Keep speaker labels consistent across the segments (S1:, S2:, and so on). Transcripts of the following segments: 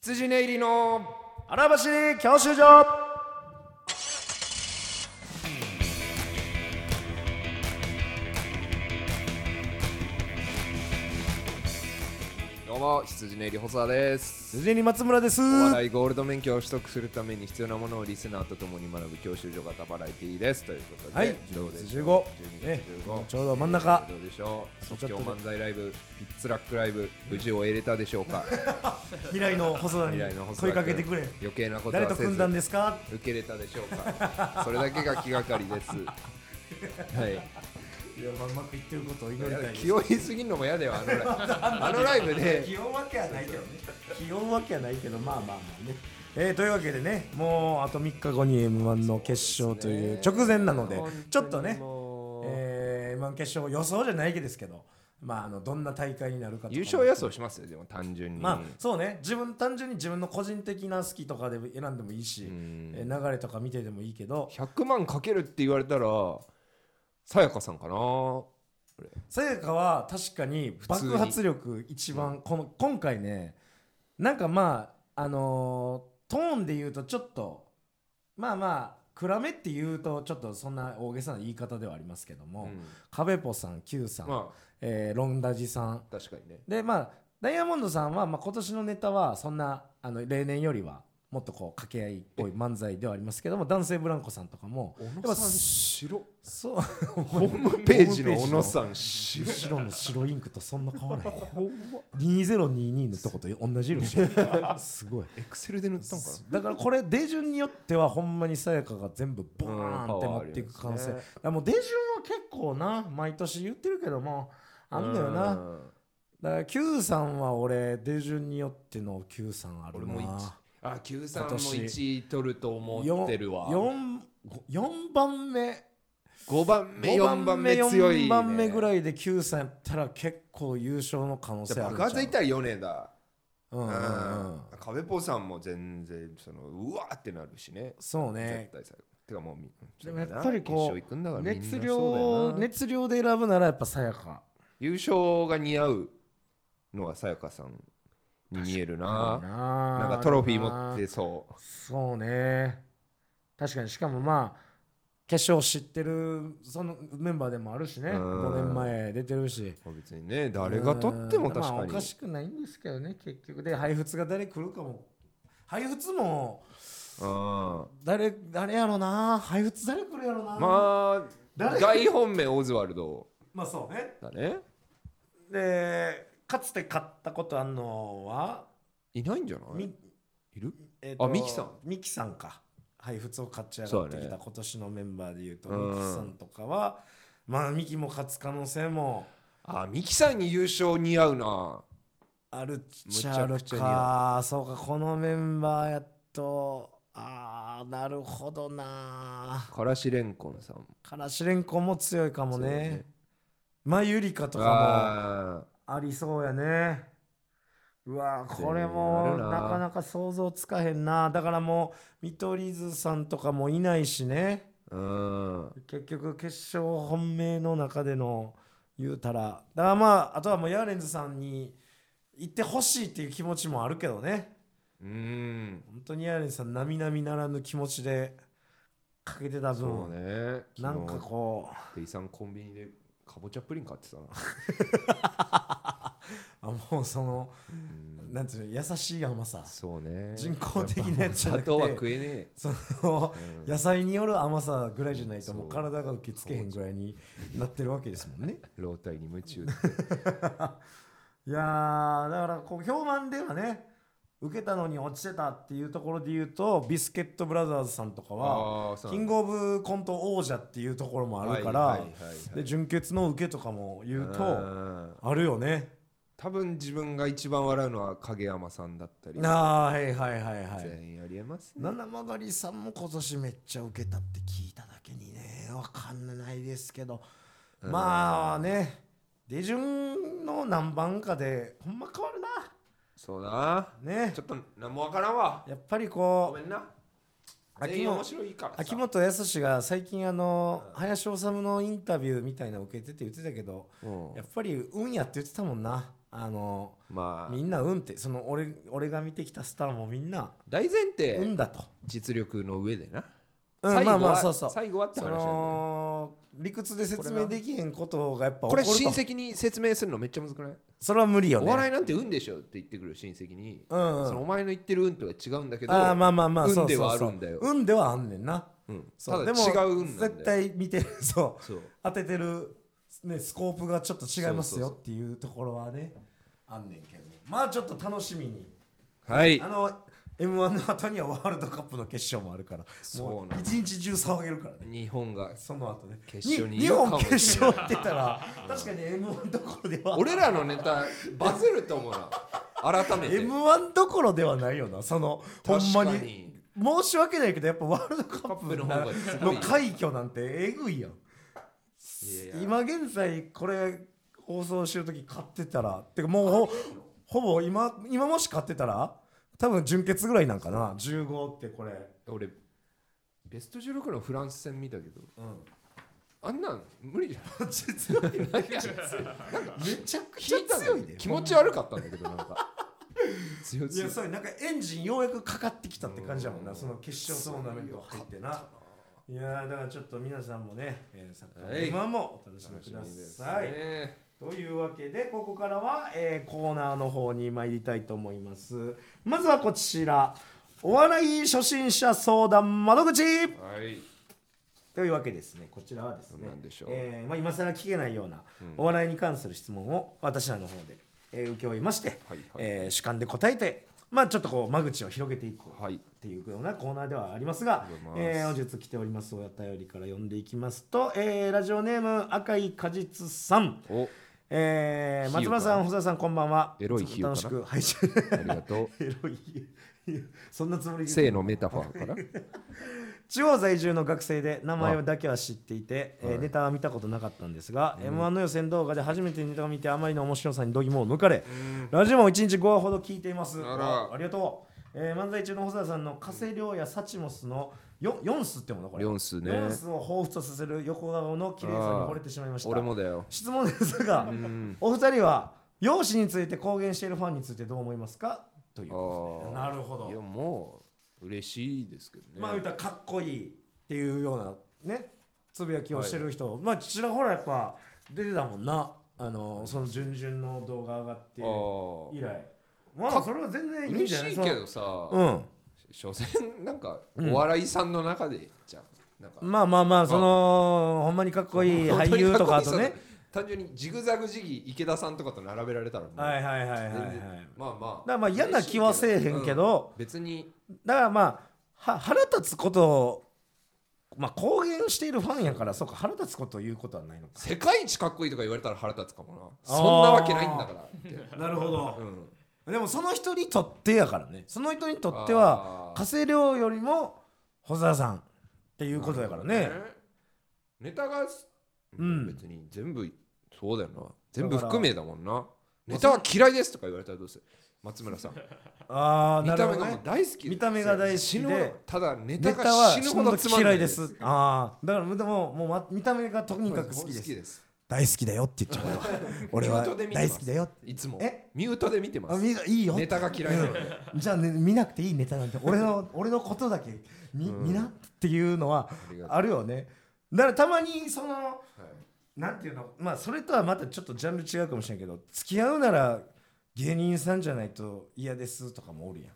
S1: 羊ネイリの
S2: 荒橋教習所
S1: どうも羊ネイリ細田です
S2: 辻に松村です
S1: お笑いゴールド免許を取得するために必要なものをリスナーとともに学ぶ教習所型バラエティーですということで
S2: はい
S1: どうでしょう
S2: 15
S1: 12
S2: ね
S1: 15
S2: もうちょうど真ん中
S1: どうでしょう
S2: うちょ
S1: 即
S2: っと
S1: 興
S2: で
S1: 漫才ライブピッツラックライブ無事終えれたでしょう か
S2: 未来の細田に
S1: 未来の細田
S2: 問いかけ
S1: 君
S2: てくれ
S1: 余計なことは
S2: 誰
S1: せ
S2: と
S1: ず
S2: 組んだんですか
S1: 受けれたでしょうかそれだけが気がかり ですはい
S2: いや、まあ、うまくいってることを祈りたいです
S1: 気負いすぎんのも嫌だよあの ライブあのライブで
S2: 気負うわけはないけどね気負うわけはないけどまあまあまあねえー、というわけでねもうあと3日後に m 1の決勝という直前なのでちょっとね、えー、m 1決勝予想じゃないですけどまああのどんな大会になるかとかも
S1: 優勝予想しますよでも単純に、
S2: まあそうね自分単純に自分の個人的な好きとかで選んでもいいし、
S1: ん
S2: えー流れとか見てでもいいけど
S1: 100万かけるって言われたらさやかさんかな
S2: さやかは確かに
S1: 通に
S2: 爆発力一番この今回ねなんかまああのートーンで言うとちょっとまあまあ暗めって言うとちょっとそんな大げさな言い方ではありますけども、
S1: うん
S2: 壁ポさん Q さん、
S1: ま
S2: えーロンダジさん
S1: あ確かにね
S2: でまあダイヤモンドさんは、まあ、今年のネタはそんなあの例年よりはもっとこう掛け合いっぽい漫才ではありますけども男性ブランコさんとかも
S1: 小
S2: や
S1: 野
S2: っ
S1: さ
S2: ぱ
S1: ん白
S2: そう
S1: ホームページの小野さん白
S2: 後ろの白インクとそんな変わらへん2022のとこと同じ色してるすごい
S1: エクセルで塗ったんか
S2: だからこれ出順によってはほんまにさやかが全部ボーンって持っていく可
S1: うんパワーありま
S2: 能性、
S1: すね
S2: だからもう出順は結構な毎年言ってるけども
S1: な
S2: あんだよ
S1: う
S2: なんだから Q さんは俺出順によっての Q さんある
S1: 俺
S2: な
S1: も1あ Q さんも
S2: 今年
S1: 1取ると思ってるわ
S2: 4, 番目
S1: 5番目
S2: 5
S1: 4番目強い、ね、
S2: 4番目ぐらいで Q さんやったら結構優勝の可能
S1: じ
S2: 性
S1: ゃ
S2: あ
S1: あ
S2: るん
S1: 爆
S2: ちゃう
S1: 発いったら米田
S2: うんうんうん
S1: 壁ポさんも全然そのうわーってなるしね
S2: そう
S1: 絶
S2: ね
S1: 対最後てかもうみ
S2: でもやっぱりこう
S1: 決勝行くんだからみんなそ
S2: 熱
S1: うだよ
S2: 量
S1: な
S2: 熱量で選ぶならやっぱさやか
S1: 優勝が似合うのはさやかさんに見えるななんかトロフィー持ってそう
S2: そうね確かにしかもまあ決勝知ってるそのメンバーでもあるしね
S1: うん
S2: 5年前出てるし
S1: まあ別にね誰が取っても確
S2: うんまあ
S1: か
S2: お
S1: に
S2: かしくないんですけどね結局で配布が誰来るかも配布も
S1: うん
S2: 誰誰やろな配布誰来るやろ
S1: ま
S2: な
S1: あ
S2: 誰
S1: 大本命オズワルド
S2: まあそうね
S1: だね
S2: でかつて買ったことあんのはい
S1: ないんじゃない
S2: み
S1: いる
S2: えーと
S1: あミキさん
S2: ミキさんか配布を勝ち上
S1: そ
S2: が
S1: う
S2: って
S1: ね
S2: きた今年のメンバーでいうと
S1: うん
S2: ミキさんとかはまあミキも勝つ可能性も
S1: あミキさんに優勝似合うな
S2: あるっちゃあ
S1: む
S2: る
S1: ちゃくちゃにあ
S2: かそうかこのメンバーやとあーなるほどな
S1: からしれんこんさん
S2: からしれんこも強いかもね
S1: そうね
S2: まあゆりかとか
S1: ああ
S2: もありそうやねうわーこれ
S1: 全
S2: も
S1: 然ある
S2: な
S1: な
S2: かなか想像つかへんなだからもう見取り図さんとかもいないしね
S1: うん
S2: 結局決勝本命の中での言うたらだからまああとはもうヤーレンズさんに行ってほしいっていう気持ちもあるけどね
S1: うん
S2: 本当にヤーレンズさん並々ならぬ気持ちでかけてた
S1: そう
S2: 分、
S1: ね
S2: なんかこう
S1: うイさんコンビニでかぼちゃプリン買ってたな
S2: あもうその
S1: うん
S2: なんていうの優しい甘さ
S1: そうね
S2: 人工的なやつじゃ
S1: 砂
S2: なくて
S1: 糖は食えねえ
S2: その
S1: うん
S2: 野菜による甘さぐらいじゃないともう
S1: そう
S2: 体が受け付けへんぐらいになってるわけですもんね
S1: 老体に夢中
S2: いやーだからこう評判ではね受けたのに落ちてたっていうところで言うとビスケットブラザーズさんとかは
S1: あーそう
S2: キングオブコント王者っていうところもあるから、
S1: はいはいはいはい
S2: で純潔の受けとかも言うと
S1: ん
S2: あるよね
S1: 多分自分が一番笑うのは影山さんだったり
S2: あーはいはいはいはい
S1: 全員ありえますね
S2: 七曲りさんも今年めっちゃ受けたって聞いただけにねわかんないですけどまあね出順の何番かでほんま変わる
S1: そうだ
S2: なね
S1: ちょっと何もわからんわ
S2: やっぱりこう
S1: ごめんな
S2: 秋
S1: 全員
S2: 元
S1: 面白いからさ
S2: 秋元康が最近あの林修のインタビューみたいなの受けてて言ってたけど
S1: うん
S2: やっぱり運やって言ってたもんなあの
S1: まあ
S2: みんなうんってその俺俺が見てきたスターもみんな
S1: 大前提、
S2: うんだと、
S1: 実力の上でな、
S2: うん
S1: 最後
S2: ま
S1: は
S2: あまあそうそう
S1: 最後はって
S2: そ
S1: 話なんだよ
S2: の理屈で説明できへんことがやっぱ起
S1: こ
S2: こる
S1: れ
S2: と
S1: 親戚に説明するのめっちゃ難くない
S2: それは無理よ
S1: お
S2: ね
S1: 笑いなんて運でしょって言ってくる親戚に、
S2: うんうん
S1: そのお前の言ってる運とは違うんだけど
S2: ああまあまあまあ
S1: 運
S2: そう
S1: で
S2: そ
S1: は
S2: う
S1: あ
S2: そう
S1: るんだよ
S2: 運ではあんねんな
S1: うん
S2: そう
S1: ただ違う運なんだよ
S2: 絶対見てる そう
S1: そう
S2: 当ててる、ね、スコープがちょっと違いますよっていうところはねあんねんけどまあちょっと楽しみに
S1: はい
S2: あの m 1の後にはワールドカップの決勝もあるから
S1: そうなんだ
S2: も一日中騒げるからね
S1: 日本が
S2: その後ね
S1: 決勝に
S2: 日
S1: いるか
S2: 本
S1: もしれない
S2: 決勝って言ったら確かに m 1どころでは
S1: 俺らのネタバズると思うな改めて
S2: m 1どころではないよなそのほん
S1: 確
S2: ま
S1: か
S2: に
S1: に
S2: 申し訳ないけどやっぱワールドカップ
S1: カッ
S2: の
S1: プの方がすごい
S2: の快挙なんてえぐいやん
S1: いやいや
S2: 今現在これ放送してる時買ってたらてかもうほほぼ今今もし買ってたら多分純潔ぐらいなんかな15ってこれ、
S1: 俺ベスト16のフランス戦見たけど
S2: うん、
S1: あんなん無理じゃん
S2: 実は
S1: なんか
S2: めちゃくちゃ
S1: 聞いたんだ
S2: 強
S1: よ
S2: いね
S1: 気持ち悪かったんだけどなんか強
S2: い
S1: 強
S2: や
S1: い
S2: そうやなんかエンジンようやくかかってきたって感じやもんな
S1: うん
S2: その決勝トーナメント入ってないやーだからちょっと皆さんもね、えー、サッカーの今もお楽しみください、
S1: ね
S2: というわけでここからは、えーコーナーの方に参りたいと思いますまずはこちらお笑い初心者相談窓口
S1: はい
S2: というわけですねこちらはですね
S1: なんでしょう
S2: えーまあ、今更聞けないようなお笑いに関する質問を私らの方で、えー、請け負いまして、
S1: はいはい
S2: えー主観で答えてまあちょっとこう間口を広げていこう
S1: はい
S2: っていうようなコーナーではありますが
S1: ありがとう、ございます
S2: えー、本日来ておりますお便りから読んでいきますと、えーラジオネーム赤い果実さん
S1: お
S2: えー、
S1: 比喩
S2: 松
S1: かな
S2: 村さん、細田さん、こんばんは。
S1: エロい比喩かな
S2: 楽しく配信。エ
S1: ありが と
S2: ロい比喩。そんなつもり
S1: う
S2: で
S1: 性のメタファーから
S2: 地方在住の学生で名前だけは知っていて、えーネタは見たことなかったんですが、M1 の予選動画で初めてネタを見てあまりの面白さに度肝を抜かれ、ラジオも1日5話ほど聞いています。
S1: あら
S2: りがとう。えー漫才中の細田さんの加瀬亮やサチモスのよ4スってものこれ。
S1: 4スね
S2: 四スを彷彿とさせる横顔の綺麗さに惚れてしまいました。
S1: 俺もだよ
S2: 質問ですが、お二人は容姿について公言しているファンについてどう思いますかということですね
S1: あー
S2: なるほ
S1: いや
S2: ど、
S1: もう嬉しいですけどね
S2: まあ言うたらかっこいいっていうようなねつぶやきをしてる人、まあちらほらやっぱ出てたもんなあのその準々の動画上がって
S1: あー
S2: 以来ま
S1: か
S2: あそれは全然いいん
S1: 嬉
S2: じゃない
S1: しいけどさ
S2: その
S1: 所詮なんかお笑いさんの中でじゃんなんか
S2: うんまあまあまあその、ほんまにかっこいい俳優 とかあとね
S1: 単純にジグザグジギー池田さんとかと並べられたらもう
S2: はいはいはいはいは
S1: 全
S2: い
S1: 然まあまあ
S2: だからまあ嫌な気はせえへんけど
S1: うん別に
S2: だからまあは腹立つことを、まあ、公言しているファンやからそうか腹立つことを言うことはないのか
S1: 世界一かっこいいとか言われたら腹立つかもな
S2: あー
S1: そんなわけないんだからって
S2: なるほど
S1: うん
S2: でもその人にとってやからねその人にとっては
S1: あー
S2: 加瀬亮よりも細田さんっていうことやからね
S1: ネタが
S2: ん
S1: 別に全部そうだよな全部
S2: だから
S1: 含めだもんなネタは嫌いですとか言われたらどうする松村さん
S2: ああ
S1: 見
S2: な
S1: た
S2: る
S1: 目
S2: ほど、
S1: がも
S2: ね
S1: う、大好きで
S2: 見た目が大好きで
S1: 死ぬほどただネタ
S2: ネタ
S1: が
S2: は
S1: 死ぬ
S2: 死
S1: ほ
S2: ぬ
S1: ど
S2: ほど
S1: つまん
S2: 嫌
S1: ない
S2: いですああだからでももう、ま、見た目がとにかく好きです
S1: です
S2: 大好きだよって言っちゃう俺 は
S1: 仕事で見てま
S2: 大
S1: す
S2: 好きだよ
S1: いつも
S2: え
S1: ミュートで見てま
S2: あ
S1: す
S2: 見いいよ
S1: ネタが嫌いなので
S2: うん じゃあ、ね、見なくていいネタなんて俺 の俺のことだけ見,、見なっていうのは
S1: りがとう
S2: あるよねだからたまにそのなんていうのまあそれとはまたちょっとジャンル違うかもしれんけど付き合うなら芸人さんじゃないと嫌ですとかもおるやん、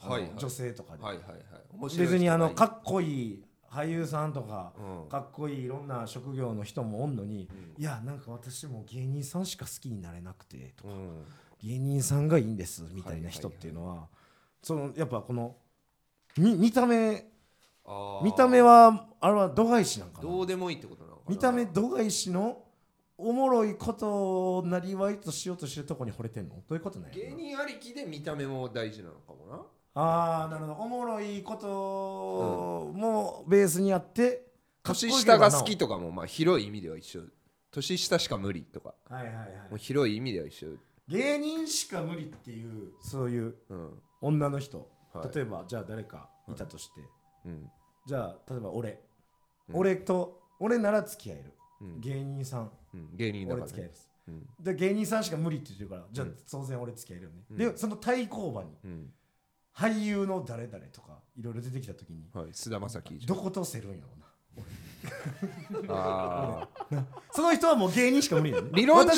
S2: あの
S1: はいはい
S2: 女性とかで、
S1: はいはいはい面白い人
S2: 別にあのか
S1: がい
S2: っこいい俳優さんとか、
S1: うん
S2: かっこいいいろんな職業の人もおんのに、いやなんか私も芸人さんしか好きになれなくてとか
S1: いうん
S2: 芸人さんがいいんですみたいな人っていうのは,、そのやっぱこのみ見た目
S1: あー
S2: 見た目はあれは度外視なんかな
S1: どうでもいいってことなのかな
S2: 見た目度外視のおもろいことをなりわいとしようとしてるとこに惚れてんのどういうことなんやろ
S1: 芸
S2: な
S1: 人ありきで見た目も大事なのかもな
S2: ああなるほどおもろいこともベースにあって、かっこい
S1: 年
S2: いけど
S1: 下
S2: な
S1: が好きとかもまあ広い意味では一緒年下しか無理とか
S2: はいはいはい
S1: もう広い意味では一緒
S2: 芸人しか無理っていうそういう
S1: うん
S2: 女の人、
S1: はい
S2: 例えばじゃあ誰かいたとして、
S1: うん
S2: じゃあ例えば俺、俺と俺なら付き合える、
S1: うん
S2: 芸人さん
S1: うん芸人だか
S2: 俺
S1: ら
S2: 付き合
S1: ね
S2: えるです
S1: うん
S2: で芸人さんしか無理って言ってるからじゃあ
S1: うん
S2: 当然俺付き合えるよね、
S1: うん
S2: でその対抗馬に
S1: うん
S2: 俳優の誰々とかいろいろ出てきた時に
S1: はい、菅田将暉じ
S2: どことせるんやろうな
S1: ゃんあー
S2: その人はもう芸人しか無理だね
S1: 理論上
S2: 私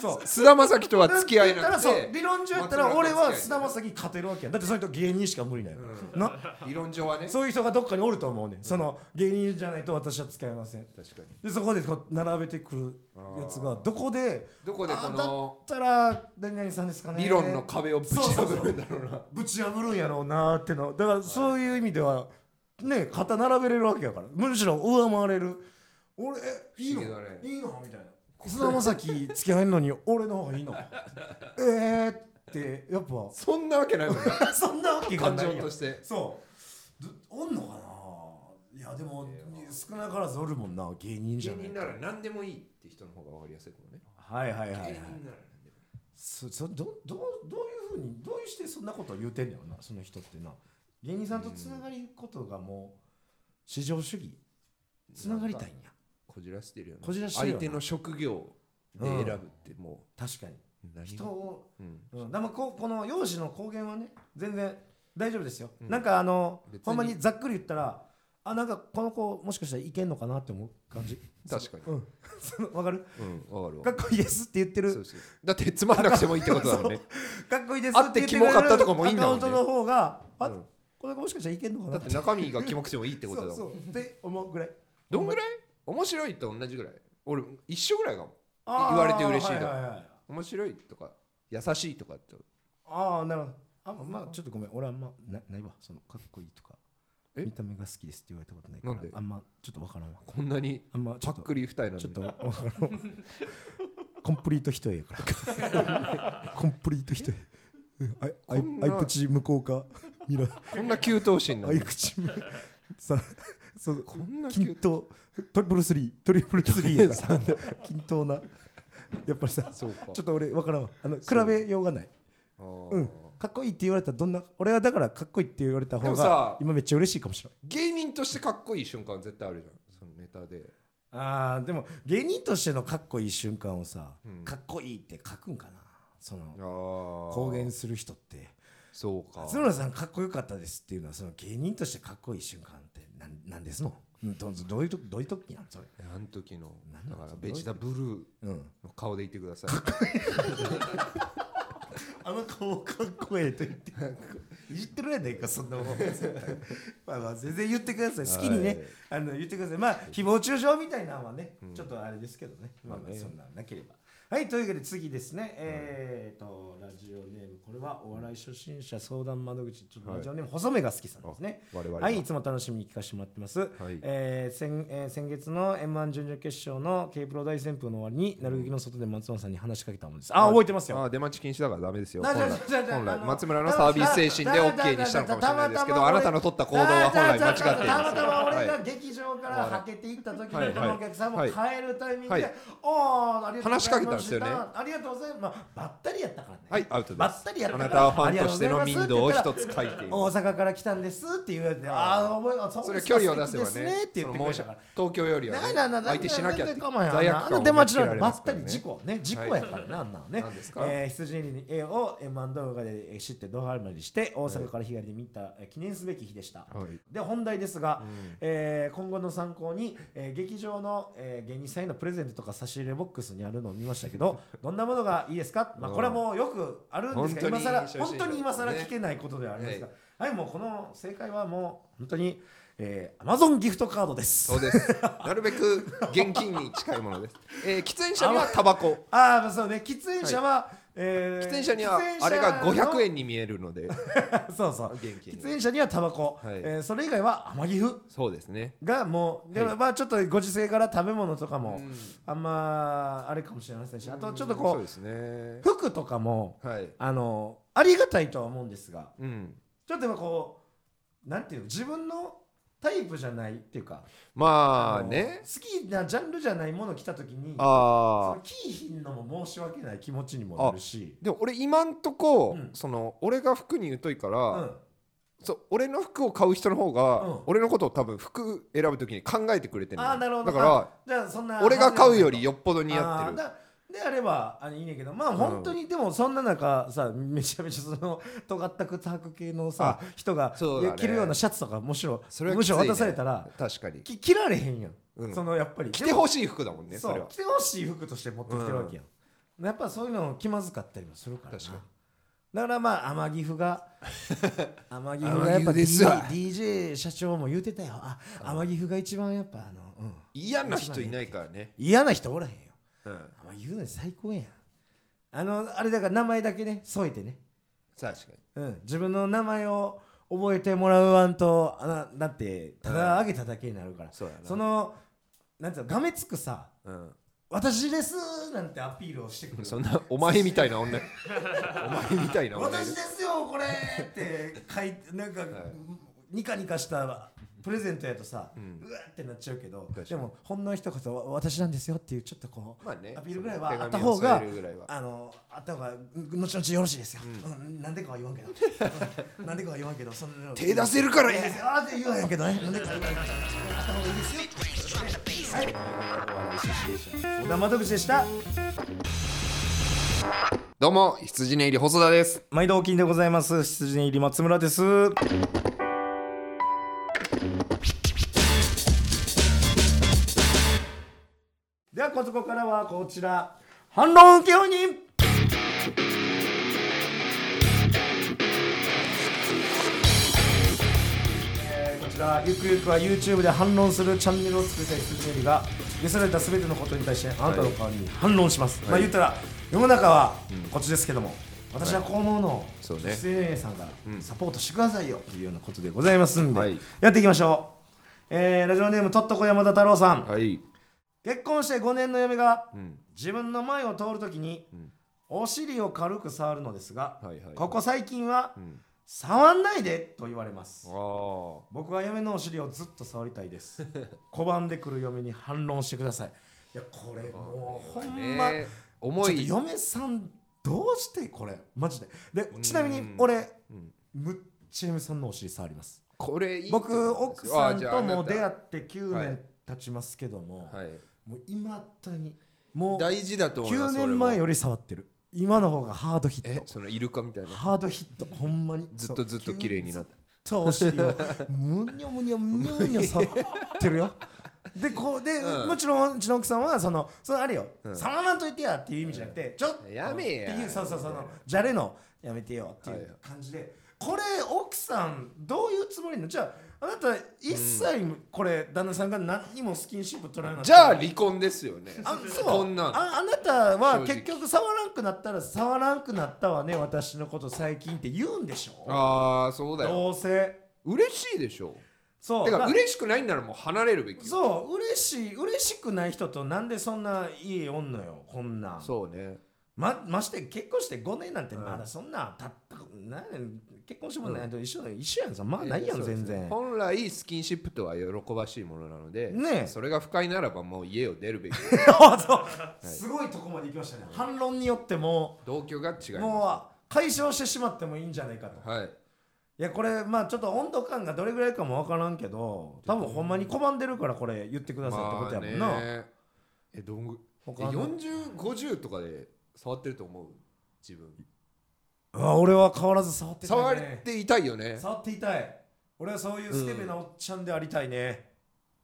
S2: そう
S1: は菅田将暉とは付き合い
S2: だ
S1: な
S2: っ
S1: く
S2: たらそう
S1: て
S2: 理論上やったら俺は菅田将暉に勝てるわけやだってその人芸人しか無理なんやから、な
S1: 理論上はね
S2: そういう人がどっかにおると思うねんその芸人じゃないと私は使えません
S1: 確かに
S2: でそこでこう並べてくるやつがどこで
S1: どこでこ
S2: あだ
S1: の
S2: ったら何々さんですかね
S1: 理論の壁をぶち破るんだろうな
S2: ぶち破るんやろうなーってのだからそういう意味ではね肩並べれるわけやからむしろ上回れる俺えいいの、
S1: 不思議だね
S2: いいのみたいな菅田将暉付き合えんのに俺の方がいいのえーってやっぱ
S1: そんなわけないもんな
S2: そんなわけが
S1: 感
S2: ない
S1: 情
S2: やん
S1: として
S2: そうどおんのかないやでも少なからずおるもんな芸人じゃ
S1: 芸
S2: ね
S1: 人なら何でもいいって人の方が分かりやすいかもね
S2: はいはいはい、は
S1: 芸
S2: い
S1: 人、なら何でも
S2: そそどどうどういうふうにどういうしてそんなことを言うてんのよなその人ってな芸人さんとつながることがもう至上主義つながりたいんや
S1: こじらしてるよね
S2: こじらしてるよな
S1: 相手の職業で選ぶっても
S2: 確かに
S1: う何
S2: 人を、
S1: うん
S2: うん、でもここの容姿の公言はね全然大丈夫ですよ、
S1: うん
S2: なんかあの
S1: 別に
S2: ほんまにざっくり言ったらあなんかこの子もしかしたらいけんのかなって思う感じ
S1: 確かに
S2: うん そのわかる
S1: うん分かるわ
S2: かっこいいですって言っ
S1: そ
S2: て
S1: う
S2: る
S1: そうだってつまんなくてもいいってことだもん ね
S2: かっこいいです
S1: 会って
S2: 言くれる
S1: キモかったとかもいいんだもん
S2: ア
S1: ね
S2: カウントの方があ、
S1: うん
S2: この子もしかしたらいけんのかな
S1: だって中身がキモくてもいいってことだもん
S2: そうそうって思うぐらい
S1: どんぐらい面白いと同じぐらい俺一緒ぐらいかも言われて嬉しいと
S2: あーはいはいはい
S1: 面白いとか優しいとかって
S2: あーなるほどあまあちょっとごめん俺あんまなないわそのかっこいいとか
S1: え
S2: 見た目が好きですって言われたことないから
S1: なんで
S2: あんまちょっとわからんわ
S1: こんなに
S2: あんまち
S1: パ
S2: ょ
S1: ッ
S2: っと
S1: クリ二重なのに
S2: ちょっとわからんコンプリート人やからコンプリート人やうんあいあい
S1: こんな
S2: あい口無効化見ろ
S1: こんな急頭身な
S2: あ
S1: のに
S2: い口無さそう
S1: こんな
S2: 均
S1: 急
S2: 等トリプルスリートリプルスリーや から均等なやっぱりさ
S1: そうか
S2: ちょっと俺分からんわあの比
S1: そう
S2: べようがない
S1: あー
S2: うんかっこいいって言われたらどんな俺はだからかっこいいって言われた
S1: で
S2: 方
S1: もさ
S2: が今めっちゃ嬉しいかもしれない
S1: 芸人としてかっこいい瞬間絶対あるじゃんそのネタで
S2: あーでも芸人としてのかっこいい瞬間をさ、
S1: うん
S2: かっこいいって書くんかなその公
S1: 公
S2: 言する人って
S1: そうか
S2: 勝村さんかっこよかったですっていうのはその芸人としてかっこいい瞬間ってなんなんですのうんどどういうとどういう時なんそれ、
S1: あの時の
S2: なん
S1: だか
S2: だ
S1: らベジタブルー
S2: うん、
S1: の顔でいてください
S2: あの顔かっこええと言っていじってるやないかそんなもんまあまあ全然言ってください好きにね、あの言ってくださいまあ誹謗中傷みたいなのはね、ちょっとあれですけどねまあまあそんなんなければはいというわけで次ですねえーとラジオネームこれはお笑い初心者相談窓口ちょっとラジオネーム細目が好きさんですね
S1: あ我々が
S2: はいいつも楽しみに聞かせてもらってます、
S1: い
S2: えー先えー先月の m 1準々決勝の K プロ大旋風の終わりになる劇の外で松本さんに話しかけたものですあ覚えてますよ
S1: あー出待ち禁止だからダメですよ
S2: な
S1: 本来
S2: ななな
S1: 本
S2: あ
S1: 来
S2: の
S1: 松村のサービス精神で
S2: たまたま
S1: OK にしたのかもしれないですけ
S2: たま
S1: ど
S2: たま
S1: あ
S2: 俺
S1: なたの取った行動は本来間違っているんです
S2: たまたま俺が
S1: は
S2: 劇場からはけていった時
S1: は
S2: に
S1: い
S2: このお客さんも
S1: は
S2: 帰
S1: い
S2: るタイミング
S1: は
S2: で
S1: い
S2: 「おーありがとうございま
S1: 話
S2: す」
S1: しかけたんですよね
S2: ありがとうございますまあばったりやったからね
S1: いはいアウト
S2: ば
S1: で
S2: っ
S1: す
S2: たりやっ
S1: あ
S2: たから
S1: なたはファンとしての
S2: ありが
S1: 民
S2: とう
S1: 度を
S2: ございます
S1: 一
S2: って言っ
S1: つ書
S2: たら
S1: いている
S2: 大阪から来たんですって言われて、ああ、覚え、あそう
S1: そ
S2: で
S1: れ
S2: す
S1: 距離を出せば
S2: 素敵です
S1: ね
S2: って言
S1: そ
S2: ってく
S1: の
S2: れ
S1: 申
S2: た
S1: し
S2: から。
S1: 東京よりはね
S2: なあなあなあ
S1: 相手しなきゃって
S2: 全然構わへん
S1: 罪悪
S2: あん
S1: 感
S2: な
S1: を
S2: 出
S1: 持
S2: 待
S1: ち
S2: ちな
S1: ら
S2: の
S1: れ
S2: ば
S1: ま
S2: っ
S1: す
S2: た
S1: から
S2: り
S1: ね
S2: 事故ね事故やからなあんなのね
S1: 何ですか
S2: えー羊に絵を M1 動画で知ってドハマりして大阪から日帰りで見たえー記念すべき日でした
S1: はい
S2: で本題ですが
S1: うん
S2: えー今後の参考にえー劇場のえー芸人さんへのプレゼントとか差し入れボックスにあるのを見ましたけ どどんなものがいいですかまあ
S1: うん
S2: これはもうよくあるんで
S1: 本
S2: すが
S1: 当
S2: 今
S1: に
S2: 更
S1: 初心者
S2: 本当に今更
S1: ですね
S2: 聞けないことではありますがはいもうこの正解はもう本当にえー Amazon ギフトカードです
S1: そうです。なるべく現金に近いものです。えー、喫煙者にはタバコ。
S2: ああまあそうね喫煙者は、えー
S1: 喫煙者には
S2: 喫煙者
S1: あれが500
S2: 円
S1: 円に見えるので、
S2: そうそう
S1: 現金
S2: 喫煙者にはタバコ、
S1: はい
S2: えーそれ以外は天城府
S1: そうですね。
S2: がもうでも、
S1: はい
S2: まあちょっとご時世から食べ物とかも、
S1: うん
S2: あんまあれかもしれませんしあとちょっとこ
S1: そう
S2: う
S1: ですね。
S2: 服とかも
S1: はい。
S2: あのありがたいとは思うんですが
S1: うん。
S2: ちょっとやっぱこうなんていうの自分のタイプじゃないっていうか
S1: まあ
S2: の
S1: ね。
S2: 好きなジャンルじゃないもの着た時にそ
S1: あ
S2: の
S1: あ。
S2: キーひんのも申し訳ない気持ちにもなるし
S1: でも俺今んとこ、
S2: うん
S1: その俺が服に疎いから、
S2: うん
S1: そう俺の服を買う人の方が、
S2: うん
S1: 俺のことを多分服選ぶときに考えてくれてるの
S2: あーなるほど
S1: だか
S2: あじゃあそんな
S1: ら俺が買うよりよっぽど似合って
S2: あー
S1: る
S2: だであればあれいいねんけどまあ本当にでもそんな中さめちゃめちゃその 尖った靴履く系のさ人が
S1: そうだね
S2: 着るようなシャツとかむしろ
S1: それは
S2: む
S1: き
S2: し
S1: つい
S2: ろ
S1: ね
S2: 渡されたら
S1: 確かに
S2: き着られへんやん、
S1: うん
S2: そのやっぱり
S1: 着てほしい服だもんね
S2: そ
S1: それ
S2: う
S1: は
S2: 着てほしい服として持ってきてるわけやん、やっぱそういうの気まずかったりもするからな
S1: 確かに
S2: だからまあ天城府 が天城府がやっ
S1: 天城府
S2: ぱ
S1: ですわ
S2: D DJ 社長も言うてたよあ天城府が一番やっぱあの、うん、
S1: 嫌な人いないからね
S2: 嫌な人おらへんよ
S1: うん
S2: 天城府なんて最高やんあのあれだから名前だけね添えてね、
S1: 確か
S2: うん、自分の名前を覚えてもらわんとあなだってただあげただけになるから、
S1: そうやな
S2: そのなんていうのがめつくさ
S1: にうん
S2: 私ですなんてアピールをしてくる
S1: そんなお前みたいな 女お前みたいな女い
S2: 私
S1: る
S2: ですよこれって書いてなんか、ニカニカしたプレゼントやとさ、うわってなっちゃうけど
S1: かに
S2: でもほんの一言わ私なんですよっていうちょっとこう、
S1: まあね
S2: アピールぐらいは
S1: 手紙
S2: あ
S1: を
S2: った方が
S1: 添えるぐらいは
S2: あのあった方がうん後々よろしいですよ、うんなんでかは言わんけどうんなんでかは言わんけどそんなの
S1: 手出せるから
S2: いいで
S1: え
S2: すよあーって言わへんけどねなんでかは言わへんけどあった方がいいですよはい小田窓口でした
S1: どうも羊ね入り細田です
S2: 毎度お金でございます羊に入り松村ですではここからはこちら反論請負人えーこちらゆくゆくは YouTube で反論するチャンネルを作りたい鈴木エリが許された全てのことに対してあなたの代わりに反論します、まあ言ったら世の中はこっちですけども、私はこう思うのを
S1: そうね
S2: 鈴木エリさんがサポートしてくださいよというようなことでございますんで、
S1: はい
S2: やっていきましょう、えーラジオネームとっとこ山田太郎さん、
S1: はい
S2: 結婚して5年の嫁が
S1: うん
S2: 自分の前を通るときに、お尻を軽く触るのですが、
S1: はいはいはい
S2: ここ最近は、
S1: ん
S2: 触んないでと言われます
S1: ああ
S2: 僕は嫁のお尻をずっと触りたいです 拒んでくる嫁に反論してくださいいやこれもうほんま、
S1: ね
S2: ち
S1: 重
S2: ょっと
S1: い
S2: 嫁さんどうしてこれマジでで
S1: ん
S2: ちなみに俺、
S1: ん
S2: むっちゃ嫁さんのお尻触ります
S1: これいい
S2: 僕奥さんとも出会
S1: っ
S2: って9
S1: はい
S2: 年経ちますけども、
S1: はい
S2: もう今たにもう
S1: 大事だと思いま
S2: 9
S1: す
S2: 年前よ
S1: り
S2: り触ってる今の方がハードヒ
S1: え
S2: ット
S1: そのイルカみたいな
S2: ハードヒットほんまに
S1: ずっとずっと綺麗になって
S2: そうずっ とお尻をむにょむにょむにょむにょ触ってるよでこうで、
S1: うん
S2: もちろんうちの奥さんはそのそのあれよ、
S1: ん
S2: 触らんといてやっていう意味じゃなくて、ちょっと
S1: やめえや
S2: っていうそうそうそうそのじゃれのやめてよってい
S1: はいう
S2: 感じで、これ奥さんどういうつもりなのじゃああなた一切これ、旦那さんが何にもスキンシップ取らなかった
S1: じゃあ離婚ですよね
S2: あそう
S1: こんなん
S2: ああな
S1: 正
S2: たは
S1: 直
S2: 結局触らんくなったら触らんくなったわね私のこと最近って言うんでしょ
S1: ああそうだよ
S2: どうせ
S1: 嬉しいでしょ
S2: そう
S1: てか
S2: まあ
S1: 嬉しくないんならもう離れるべきよ
S2: そう嬉しい嬉しくない人となんでそんないいおんのよこんなん
S1: そうね
S2: ままして結婚して5年なんてまだそんなたったなんやねん結婚してもないと一緒だよ一緒やんさまあないや
S1: え
S2: ん
S1: ーそうです
S2: 全然
S1: 本来スキンシップとは喜ばしいものなので
S2: ね え
S1: それが不快ならばもう家を出る べき
S2: そうすごいとこまで行きましたね反論によっても
S1: 同居が違いうま
S2: もう解消してしまってもいいんじゃないかと
S1: すはい
S2: いやこれまあちょっと温度感がどれぐらいかもわからんけど多分ほんまに拒んでるからこれ言ってくださいってことやもんな、
S1: まあねえどんぐ
S2: 他の
S1: 4050とかで触ってると思う自分
S2: あ俺は変わらず触ってたい
S1: 触っ
S2: ね
S1: ていたいよね
S2: 触っていたい俺はそういうスケベなおっちゃんでありたいね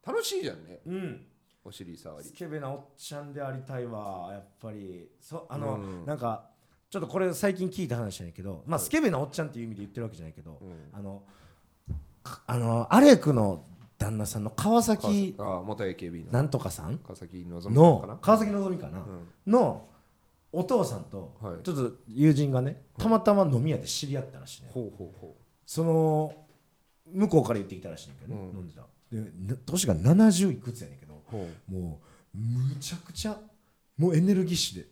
S1: 楽しいじゃんね
S2: うん、
S1: お尻触り
S2: スケベなおっちゃんでありたいわやっぱりそあの、
S1: うん
S2: なんかちょっとこれ最近聞いた話じゃないけどまあスケベなおっちゃんっていう意味で言ってるわけじゃないけど、
S1: ん
S2: あのかあのアレクの旦那さんの川崎
S1: ああ元 AKB の
S2: なんとかさん
S1: 川崎望むのか
S2: の
S1: な
S2: 川崎のぞみかな、のお父さんと
S1: はい
S2: ちょっと友人がねたまたま飲み屋で知り合ったらしいね、
S1: ほうほうほ
S2: その向こうから言ってきたらしいねんけどね、
S1: うん
S2: 飲んでたでな年が70いくつやねんけど
S1: うほ
S2: もうむちゃくちゃもうエネルギッシュ
S1: う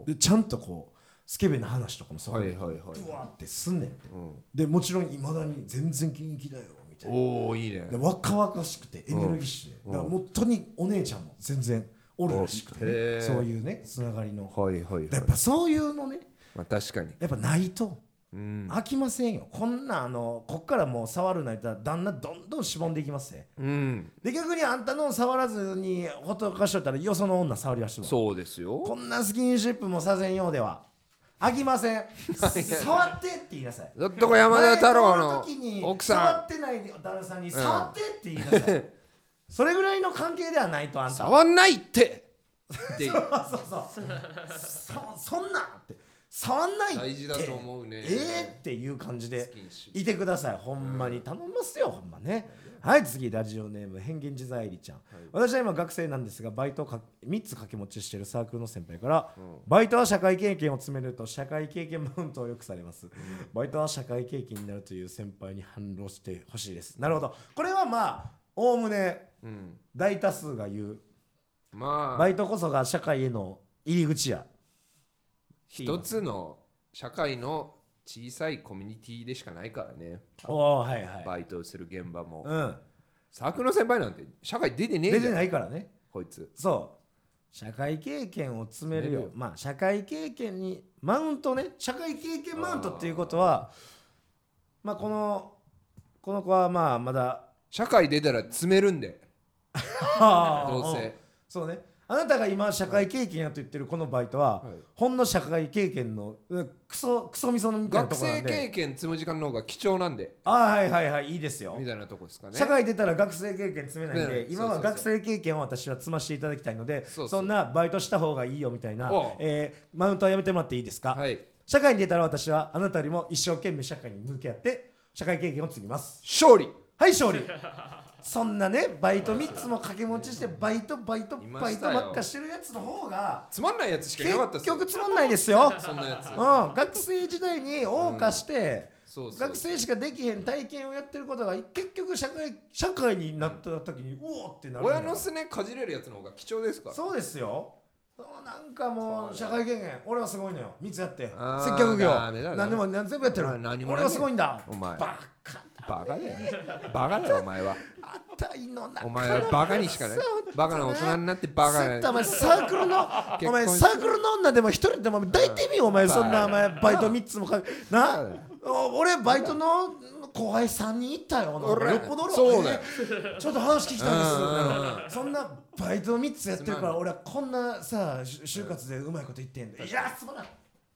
S1: お
S2: ででちゃんとこうスケベな話とかも
S1: う
S2: そう
S1: はい
S2: で
S1: はいはい
S2: ぶわってすんねんって
S1: うん
S2: でもちろんいまだに全然元気だよみたいな
S1: おおいいね
S2: で若々しくてエネルギッシュで、
S1: うん
S2: だからもうとにお姉ちゃんも全然おるらしくて、
S1: おへ
S2: ね、
S1: ー
S2: そういうねつながりの
S1: はいはいはい
S2: やっぱそういうのね
S1: まあ確かに
S2: やっぱないと
S1: うん
S2: 飽きませんよこんなあのこっからもう触るな言ったら旦那どんどんしぼんでいきますね
S1: うん
S2: で逆にあんたの触らずにほっとかしとったらよその女触りはしても
S1: そうですよ
S2: こんなスキンシップもさせんようでは飽きま せん触ってって言いなさい
S1: ずっとこ山田太郎の
S2: 前通る時に
S1: 奥
S2: 触
S1: さ
S2: っ
S1: ん
S2: てない旦那さんに触ってって言いなさい、それぐらいの関係ではないとあんたは
S1: 触んないってって
S2: そうそうそうそそんなって触んないって
S1: 大事だと思うね
S2: えー、っていう感じで
S1: スキンシッ
S2: いてくださいほんまに頼みますよほんまねはい次ラジオネーム変幻自在りちゃん、私は今学生なんですがバイトをか3つ掛け持ちしてるサークルの先輩から、バイトは社会経験を詰めると社会経験マウントをよくされます、バイトは社会経験になるという先輩に反論してほしいですなるほどこれはまあおおむね
S1: うん
S2: 大多数が言う
S1: まあ
S2: バイトこそが社会への入り口や
S1: 一つの社会の小さいコミュニティでしかないからね
S2: おおはいはい、
S1: バイトをする現場も
S2: うん
S1: サークルの先輩なんて社会出てねえ
S2: 出
S1: じ
S2: て
S1: ゃん
S2: ないからね
S1: こいつ
S2: そう社会経験を詰めるよ
S1: 詰めるよ
S2: まあ社会経験にマウントね社会経験マウントっていうことはまあこのこの子はまあまだ
S1: 社会出たら詰めるんでど
S2: ど
S1: うせ
S2: そうねあなたが今社会経験やと言ってるこのバイトは、
S1: はい
S2: ほんの社会経験のうんクソクソみそのみたいな
S1: 学
S2: とこな
S1: 生
S2: んで
S1: 経験積む時間の方が貴重なんで
S2: ああはいはいはいいいですよ
S1: みたいなとこですかね
S2: 社会出たら学生経験詰めないんで、
S1: ね
S2: 今
S1: そう
S2: は
S1: そうそう
S2: 学生経験を私は積ましていただきたいので
S1: そうそう
S2: そんなバイトした方がいいよみたいな
S1: おう、
S2: えーマウントはやめてもらっていいですか、
S1: はい
S2: 社会に出たら私はあなたよりも一生懸命社会に向き合って社会経験を積みます
S1: 勝利
S2: はい勝利そんなねバイト3つも掛け持ちしてバイトバイト
S1: いま
S2: バイ
S1: し
S2: ト
S1: たよ
S2: ばっかしてるやつの方が
S1: つまんないやつしかいなかったっ
S2: 結
S1: すよ
S2: 局つまんないですよ、
S1: そんなやつ
S2: うん、学生時代に謳歌して、
S1: そうそう
S2: 学生しかできへん体験をやってることが結局社会社会になった時にうおーってなるんや
S1: 親のすねかじれるやつの方が貴重ですから
S2: そうですよそうなんかもう
S1: そ
S2: 社
S1: うだ
S2: 会経験俺はすごいのよ三つやって接
S1: あー
S2: 客業
S1: ダメだな
S2: 何でも何全部やってる
S1: あー何も
S2: 俺はすごいんだ
S1: お前
S2: バカ
S1: バカだよバカだよお前は
S2: あたいのな
S1: お前はバカにしかないバカな大人になってバカ
S2: お
S1: な
S2: 前サークルのお前
S1: 結婚し
S2: サークルの女でも一人でも抱いてみよお前そんなお前バイト3つもかなお俺バイトの後輩3人いたよな
S1: 俺
S2: よっぽど俺
S1: そうだよ
S2: ちょっと話聞きたいんです
S1: うんうん
S2: そんなバイト3つやってる
S1: す
S2: か
S1: まん
S2: ら俺はこんなさし就活でうまいこと言ってんだいやすまない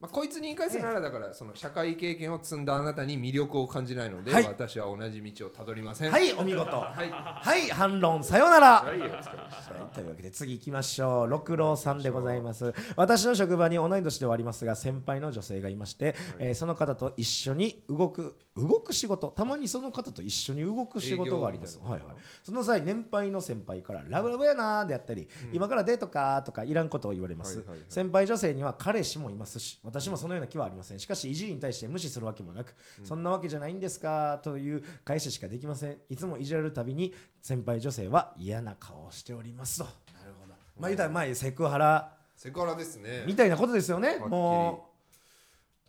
S1: まあこいつに言い返すならだからその社会経験を積んだあなたに魅力を感じないので
S2: はい
S1: 私は同じ道をたどりません
S2: はいお見事は
S1: はい
S2: い反論さようなら
S1: はいお疲れ様でした
S2: はい、というわけで次行きましょう六郎さんでございます私の職場に同い年ではありますが先輩の女性がいまして、えーその方と一緒に動く動く仕事たまにその方と一緒に動く仕事があります
S1: 営業
S2: はい
S1: みた
S2: はい
S1: いな
S2: その際年配の先輩から「ラブラブやな」であったり、今からデートか」とかいらんことを言われます、
S1: はいはいはい
S2: 先輩女性には彼氏もいますし私もそのような気はありませんしかしいじりに対して無視するわけもなく、そんなわけじゃないんですかという返ししかできませんいつもいじられるたびに先輩女性は嫌な顔をしておりますとなるほどまあ言うたら前セクハラ
S1: セクハラですね
S2: みたいなことですよね
S1: はっきり
S2: も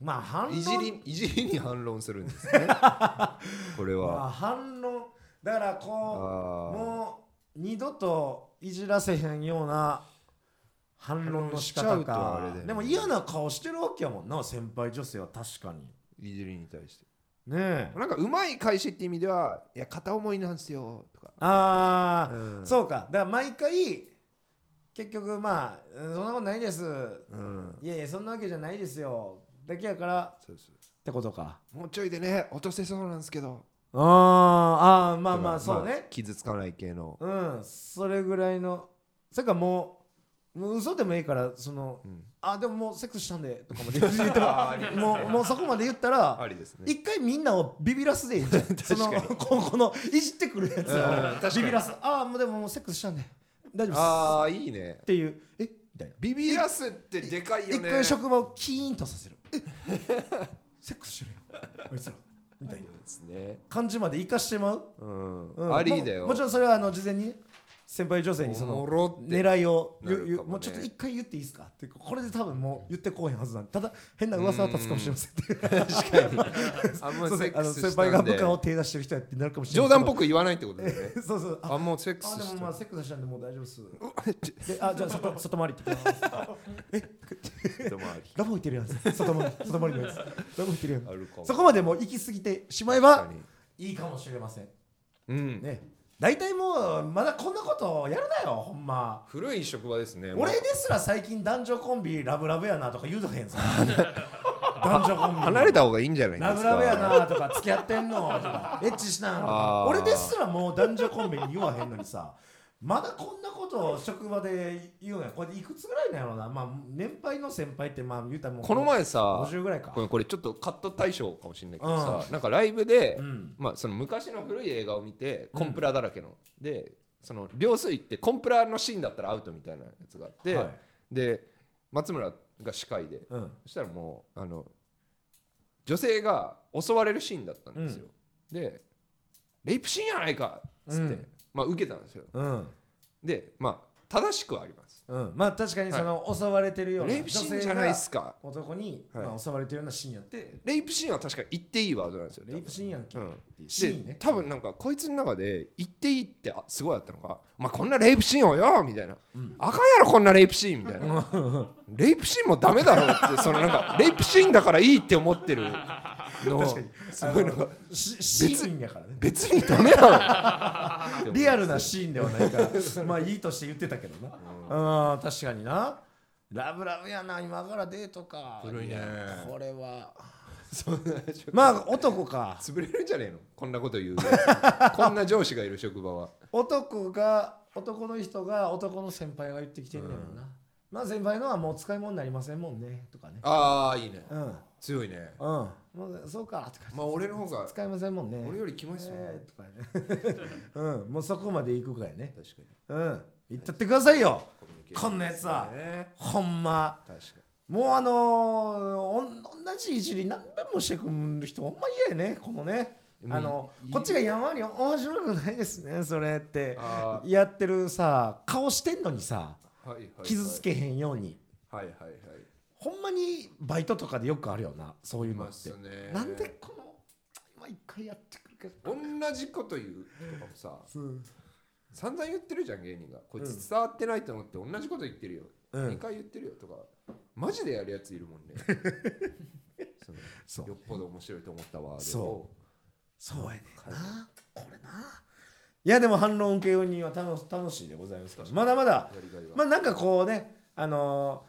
S2: うまあ反
S1: いじ
S2: 論
S1: りいじりに反論するんです ねこれ
S2: まあ
S1: は
S2: 反論だからこ
S1: あ
S2: う
S1: ー
S2: もう二度といじらせへんような反論の仕
S1: 反
S2: 方
S1: 論しちゃうとあ
S2: か
S1: れだよね
S2: でも嫌な顔してるわけやもんな先輩女性は確かに
S1: いじりに対して
S2: ねえ
S1: なんかうまい返しって意味ではいや片思いなんですよとか
S2: ああ、
S1: うん
S2: そうかだから毎回結局まあうんそんなことないです
S1: うん
S2: いやいやそんなわけじゃないですよだけやから
S1: そうそう
S2: ってことか
S1: もうちょいでね落とせそうなんですけど
S2: あーあーまあまあ
S1: とか
S2: そうね、
S1: 傷つかない系の
S2: うんそれぐらいのそれかもうもう嘘でもいいからその、
S1: ん
S2: あでももうセックスしたんでとかもで言って ももうもうそこまで言ったら
S1: ありですね
S2: 一回みんなをビビらすでいい んじゃんそのここのいじってくるやつ
S1: うん確か
S2: を
S1: に
S2: ビビらすああもうでももうセックスしたんで大丈夫です
S1: ああいいね
S2: っていうえみたいな
S1: ビビらすってでかいよ
S2: 一
S1: ね
S2: 回職場をキーンとさせる えセックスしてるよあいつらみたいな
S1: ですね
S2: 感じまで生かしてまう
S1: うん、
S2: うん
S1: ありだよ
S2: ももちろんそれはあの事前に先輩女性にそ
S1: お
S2: の
S1: もろって
S2: 狙いを
S1: なるかもね
S2: ゆゆもうちょっと一回言っていいですかってこれで多分もう言ってこうへんはずなんでただ変な噂は立つかもしれませんって
S1: 確かに。あんま
S2: そ
S1: り
S2: うそ
S1: セッ
S2: うあ
S1: ク
S2: の
S1: ス
S2: 先
S1: した
S2: 輩
S1: ん
S2: が部
S1: で
S2: 下を手出してる人やってなるかもしれ
S1: 冗
S2: ないです
S1: 談っ
S2: けど。
S1: ぽく言わないってことだよね
S2: そうそうあ
S1: あ、もうセックス
S2: あで
S1: し
S2: も
S1: た。
S2: まあセックスしたんでもう大丈夫っす であじゃあ外外回り行ってきます
S1: ちょっと回り
S2: ラボ行ってるやん外回り外回りのやつラボ行ってるやん
S1: あるかも
S2: そこまでもう行き過ぎてしまえ
S1: 確
S2: ば
S1: かに
S2: いいかもしれません
S1: うん。
S2: ね大体もうまだこんなことやるなよほんま
S1: 古い職場ですね。
S2: 俺ですら最近男女コンビラブラブやなとか言うとへん ぞ男女コンビ
S1: 離れた方がいいんじゃないですか。
S2: ラブラブやなとか付き合ってんのと かエッチしたんとか
S1: あー
S2: 俺ですらもう男女コンビに言わへんのにさまだこんなことを職場で言うんやこれいくつぐらいなんやろうなまあ年配の先輩ってまあ言うたらもう
S1: この前さ、
S2: 50ぐらいか
S1: これこれちょっとカット対象かもしれないけどさ、
S2: う
S1: なんかライブで、
S2: うん
S1: まあ、その昔の古い映画を見てコンプラだらけの、でその両水ってコンプラのシーンだったらアウトみたいなやつがあって、
S2: はい
S1: で松村が司会で
S2: うん
S1: そしたらもうあの女性が襲われるシーンだったんですよ、でレイプシーンやないかっつって、
S2: うん
S1: まあ受けたんですよ
S2: うん
S1: でまあ正しくはあります
S2: うんまあ確かにその襲われてるような
S1: レイプシーンじゃないっすか
S2: 女性が男に
S1: はい
S2: まあ襲われてるようなシーンやって
S1: レイプシーンは確か言っていいワードなんですよ
S2: レイプシーンやんけ
S1: うん
S2: シーン
S1: で
S2: ね
S1: 多分なんかこいつの中で言っていいってあすごいあったのが「まあ、こんなレイプシーンをよ」みたいな「あかんやろこんなレイプシーン」みたいな「レイプシーンもダメだろ」ってそのなんかレイプシーンだからいいって思ってるの
S2: 確かに
S1: すごいなんか
S2: しシーンやからね
S1: 別にダメだろ
S2: リアルなシーンではないから まあいいとして言ってたけどなうん確かになラブラブやな今からデートか
S1: 古いね
S2: やこれは
S1: そんな職
S2: まあ男か
S1: 潰れるんじゃねえのこんなこと言うやつこんな上司がいる職場は
S2: 男が男の人が男の先輩が言ってきてんねんな、まあ先輩のはもう使い物になりませんもんねとかね
S1: ああいいね
S2: うんうん
S1: 強いね
S2: もうそうかとか
S1: まあ俺の方が
S2: 使いませんもんね
S1: 俺よりキモいっすよね
S2: えーとかね うんもうそこまで行くかやね
S1: 確かに
S2: うん行ったってくださいよ
S1: コミュニケーション
S2: こんなやつは
S1: ね
S2: ほんま
S1: 確かに
S2: もうあのー、おん同じいじり何遍もしてくる人ほんま嫌やねこのね
S1: うん
S2: あの
S1: いい
S2: こっちが山に面白くないですねそれって
S1: あ
S2: やってるさ顔してんのにさ
S1: はいはいはい
S2: 傷つけへんように、
S1: はいはいはい
S2: ほんまにバイトとかでよくあるよなそういう
S1: い
S2: の
S1: ま
S2: っ
S1: す
S2: て、
S1: ね
S2: なんでこの今一回やってくるけど
S1: 同じこと言うとかもさ
S2: うん
S1: 散々言ってるじゃん芸人がこいつ伝わってないと思って同じこと言ってるよ、
S2: う
S1: 二
S2: ん
S1: 2回言ってるよとかマジでやるやついるもんねその
S2: そう
S1: よっぽど面白いと思ったワードを
S2: そそうやねん
S1: 彼
S2: なこれないやでも反論受けようには楽楽しいでございますからまだまだ
S1: やりがいは、
S2: まあなんかこうねあの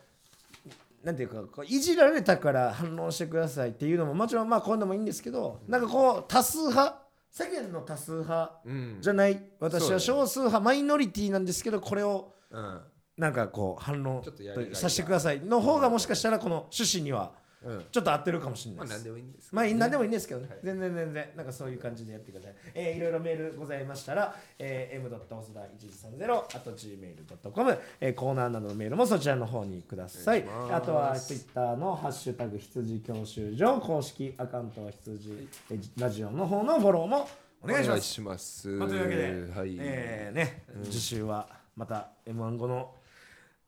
S2: ーなんていうかこういじられたから反論してくださいっていうのももちろんまあこういうのもいいんですけどなんかこう多数派世間の多数派
S1: うん
S2: じゃ
S1: ゃ
S2: ない私は
S1: そうだね
S2: 少数派マイノリティなんですけどこれを
S1: うん
S2: なんかこう反論
S1: ちょっとやりがいが
S2: させてくださいの方がもしかしたらこの趣旨には
S1: うん
S2: ちょっと合ってるかもしれ
S1: ま
S2: な
S1: あ
S2: い
S1: 何で
S2: です。
S1: もいいんですけど
S2: まあ、
S1: ね
S2: 何でもいいんですけどね、
S1: はい
S2: 全然全然、なんかそういう感じでやってください。えー、いろいろメールございましたら、えー、m. 細田1130、あと gmail.com、えー、コーナーなどのメールもそちらの方にください
S1: お願いし。ます
S2: あとは Twitter のハッシュタグ羊教習所、公式アカウントは羊、えーラジオの方のフォローもお願いし
S1: ま
S2: ます。
S1: す
S2: まあ、というわけで、
S1: はい、
S2: えーね、次週はまた M1 後の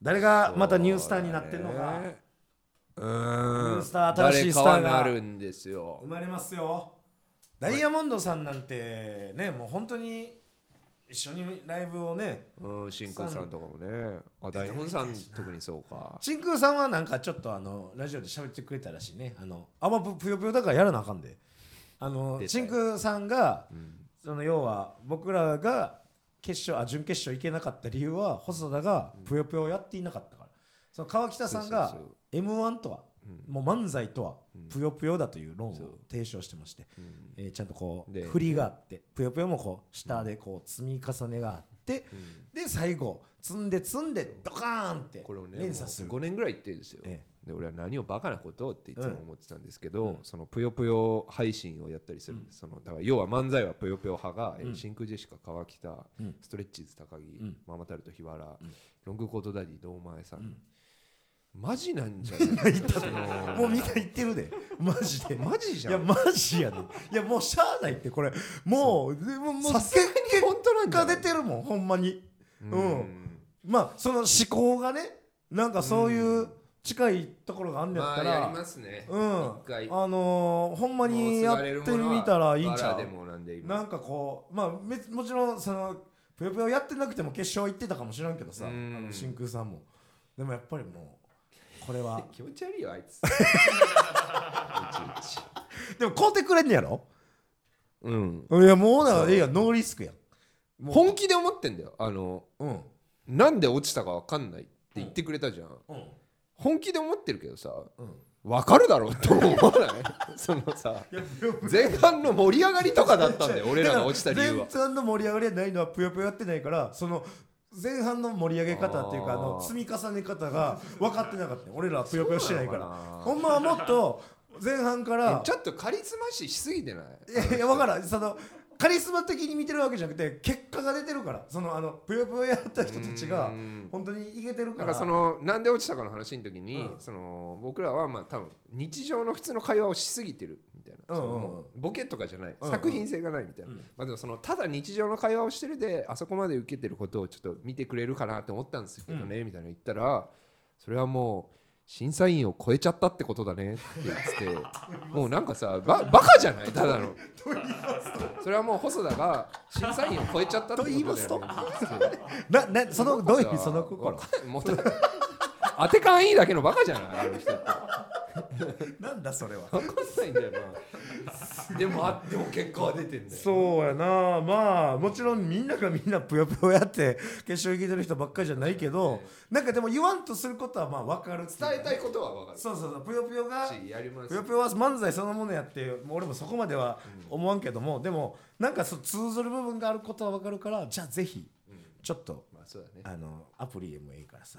S2: 誰がまたニュースターになってるのか
S1: うーん
S2: ニュースター新しいスターが
S1: 誰かはなるんですよ
S2: 生まれますよダイヤモンドさんなんてねもう本当に一緒にライブをね
S1: うん、新空さんとかもね。あ、大本さん特にそうか。
S2: 真空さんはなんかちょっとあのラジオで喋ってくれたらしいねあのあんまぷぷよぷよだからやらなあかんであの
S1: 出たよ
S2: 真空さんが、その要は僕らが決勝あ準決勝行けなかった理由は細田がぷよぷよをやっていなかったからその川北さんが
S1: そうそう
S2: m 1とは、もう漫才とはぷよぷよだという論を
S1: そう
S2: 提唱してまして、えーちゃんとこう
S1: で
S2: 振りがあってぷよぷよもこう下でこう積み重ねがあって、で最後積んで積んでドカーンって
S1: これをね、
S2: 連鎖する
S1: 5年ぐらい言ってるんですよ。
S2: え
S1: で、俺は何をバカなことをっていつも思ってたんですけど、そのぷよぷよ配信をやったりするんです。その、だから要は漫才はぷよぷよ派が、えー真空ジェシカ、川北、ストレッチーズ、高木、ママタルト、日原、ロングコートダディ、堂前さん。マジなん じゃないその
S2: もうみんな言ってるで、マジで。
S1: マジじ
S2: い
S1: ゃ
S2: や、
S1: ん。
S2: マジやで。いや、もうしゃあないって、これ、もう、でももう、
S1: さすがに本当なんじゃ
S2: が
S1: な
S2: 出
S1: い
S2: てるもん、ほんまに。うん、まあその思考がねなんかそういう近いところがあんねや
S1: ま
S2: っ
S1: あ
S2: た
S1: や
S2: ら、
S1: りますね
S2: うん
S1: 一回
S2: あのーほんまにやってみたらいいんち
S1: バ
S2: ゃ
S1: ラで
S2: う
S1: もなんで今
S2: なんかこうまあめもちろんそのぷよぷよやってなくても決勝行ってたかもしらんけどさ、
S1: うん
S2: あの真空さんもでもやっぱりもうこ れは
S1: 気持ち悪いよあいついちいち
S2: でも買うてくれんねやろ
S1: うん
S2: いやもうだからええやんノーリスクやんもう
S1: 本気で思ってんだよあの
S2: うん
S1: なんで落ちたかわかんないって言ってくれたじゃん、
S2: うん
S1: 本気で思ってるけどさ
S2: うん
S1: わかるだろうと思 わないそのさ前半の盛り上がりとかだったん だよ俺らが落ちた理由は
S2: だから前半の盛り上がりがないのはぷよぷよやってないからその前半の盛り上げ方っていうかあ
S1: あー
S2: の積み重ね方が分かってなかったよ俺らはぷよぷよしてないから
S1: そうなのかな
S2: ほんまはもっと前半から
S1: えちょっとカリスマ視しすぎてない
S2: いやいや分からんそのカリスマ的に見てるわけじゃなくて結果が出てるからそのあのぷよぷよやった人たちが
S1: うん
S2: 本当にいけてるか
S1: なん
S2: ら
S1: かそのなんで落ちたかの話の時に、
S2: うん
S1: その僕らはまあ多分日常の普通の会話をしすぎてるみたいな、
S2: うんうんうん
S1: そのボケとかじゃない、
S2: うんうん
S1: 作品性がないみたいな、
S2: うん
S1: まあ、でもそのただ日常の会話をしてるであそこまで受けてることをちょっと見てくれるかなって思ったんですけどね、みたいなの言ったらそれはもう審査員を超えちゃったってことだねって言って てもうなんかさばバカじゃないただのそれはもう細田が審査員を超えちゃったってことだよね
S2: と言いますと
S1: そう
S2: ななそのどういう意味その
S1: わ
S2: 心
S1: かんないもう当て感いいだけのバカじゃないあ の人って
S2: なんだそれは
S1: 分かんないんだよなでもあでも結果は出てんだよ
S2: そうやなまあもちろんみんながみんなぷよぷよやって決勝行けてる人ばっかりじゃないけどなんかでも言わんとすることはまあ分かるってうか
S1: 伝えたいことは分かる
S2: そうそうそうぷよぷよが
S1: しやります
S2: ぷよぷよは漫才そのものやってもう俺もそこまでは思わんけども、でもなんかそう通ずる部分があることは分かるからじゃあぜひちょっと
S1: まあそうだね
S2: あのアプリでもいいからさ、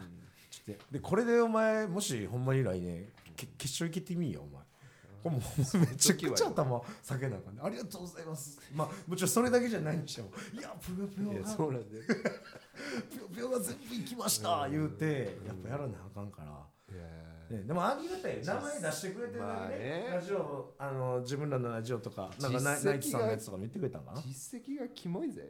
S2: ちょっとでこれでお前もしほんまに来年け決勝行けてみいよお前これもうめちゃくちゃ頭下げなあかんねありがとうございますまあもちろんそれだけじゃないにしてもいやぷよぷ
S1: い
S2: よ
S1: や
S2: が
S1: そうなんだよ
S2: ぷよぷよが全部行きました言うてやっぱやらなあかんから。ね、でもありがたいよ名前出してくれてるだけね,、
S1: まあね
S2: ラジオあの自分らのラジオとかなんかナイ
S1: 実績が
S2: ナイツさんのやつとか見てくれたんかな
S1: 実績がキモいぜ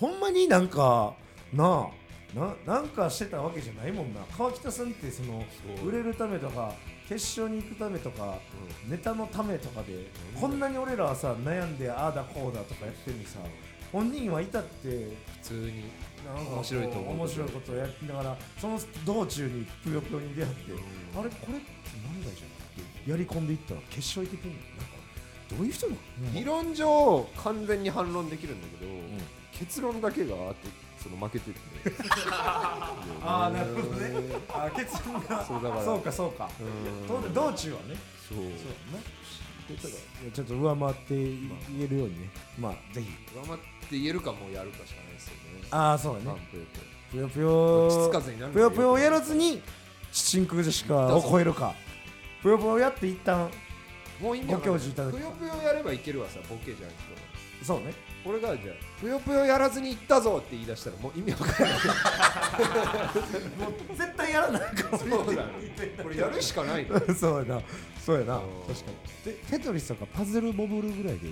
S2: ほんまになんかなあななんかしてたわけじゃないもんな川北さんってその
S1: そう
S2: 売れるためとか決勝に行くためとか、ネタのためとかで、
S1: うん
S2: こんなに俺らはさ悩んでああだこうだとかやってるのにさ本人はいたって
S1: 普通に
S2: なんかこう
S1: 面白いと思う
S2: 面白いことをやりながらその道中にぷよぷよに出会って、
S1: うん
S2: あれこれって漫才じゃんってやり込んでいったら決勝行ってくるのなんかどういう人なの、
S1: 理論上完全に反論できるんだけど、
S2: ん
S1: 結論だけがあってその負けてるんだよ
S2: ああなるほどね あ結論が
S1: そうだから
S2: そうかそうか
S1: うん
S2: 当然道中はね
S1: そう
S2: そうだなただちょっと上回って言えるようにねまあぜひ
S1: 上回って言えるかもうやるかしかないですよね
S2: ああそうだ
S1: パン
S2: ね
S1: プレート
S2: ぷよ
S1: ど
S2: ぷ
S1: っちつか
S2: よ
S1: ずになる
S2: ぷよぷよやらずに真空ジェシカを超えるかぷよぷよやって一旦
S1: もういいんじゃない
S2: ご教示いただき
S1: ぷよぷよやればいけるわさボケじゃん人
S2: そう ね
S1: 俺がじゃあぷよぷよやらずに行ったぞって言い出したらもう意味わ かんない
S2: もう絶対やらないかも
S1: そうだよこれやるしかないの
S2: そうやなそうやな
S1: うん
S2: 確かにでテトリスとかパズルボブルぐらいで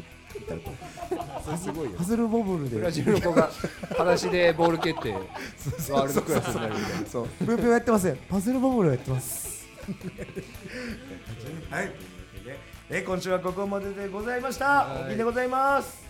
S1: それすごいよ
S2: パズルボブルで
S1: ブラジルの子が裸足でボール蹴 ってワールドクラスになるみたいな
S2: そうぷよぷよやってませんパズルボブルやってますはいというわけでえ今週はここまででございました
S1: はい
S2: お聞きでございます